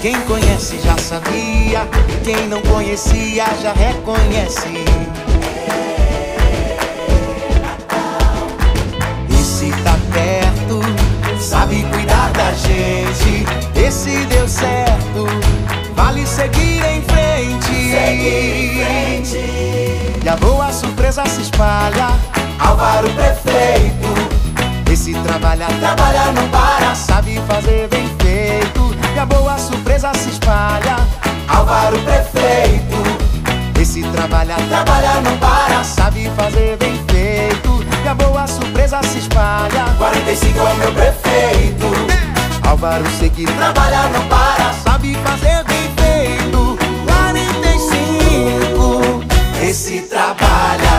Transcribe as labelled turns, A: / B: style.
A: Quem conhece já sabia, quem não conhecia já reconhece. Esse tá perto, sabe cuidar da gente. Esse deu certo, vale seguir em frente.
B: Seguir em frente.
A: E a boa surpresa se espalha.
B: Álvaro prefeito,
A: Esse trabalha,
B: trabalhar não para.
A: sabe fazer bem feito. E a boa surpresa se espalha.
B: Álvaro prefeito,
A: Esse trabalha,
B: trabalhar não para.
A: sabe fazer bem feito. E a boa surpresa se espalha.
B: 45 é o meu prefeito,
A: Álvaro seguir,
B: trabalhar não para.
A: sabe fazer bem feito. 45.
B: Esse trabalha.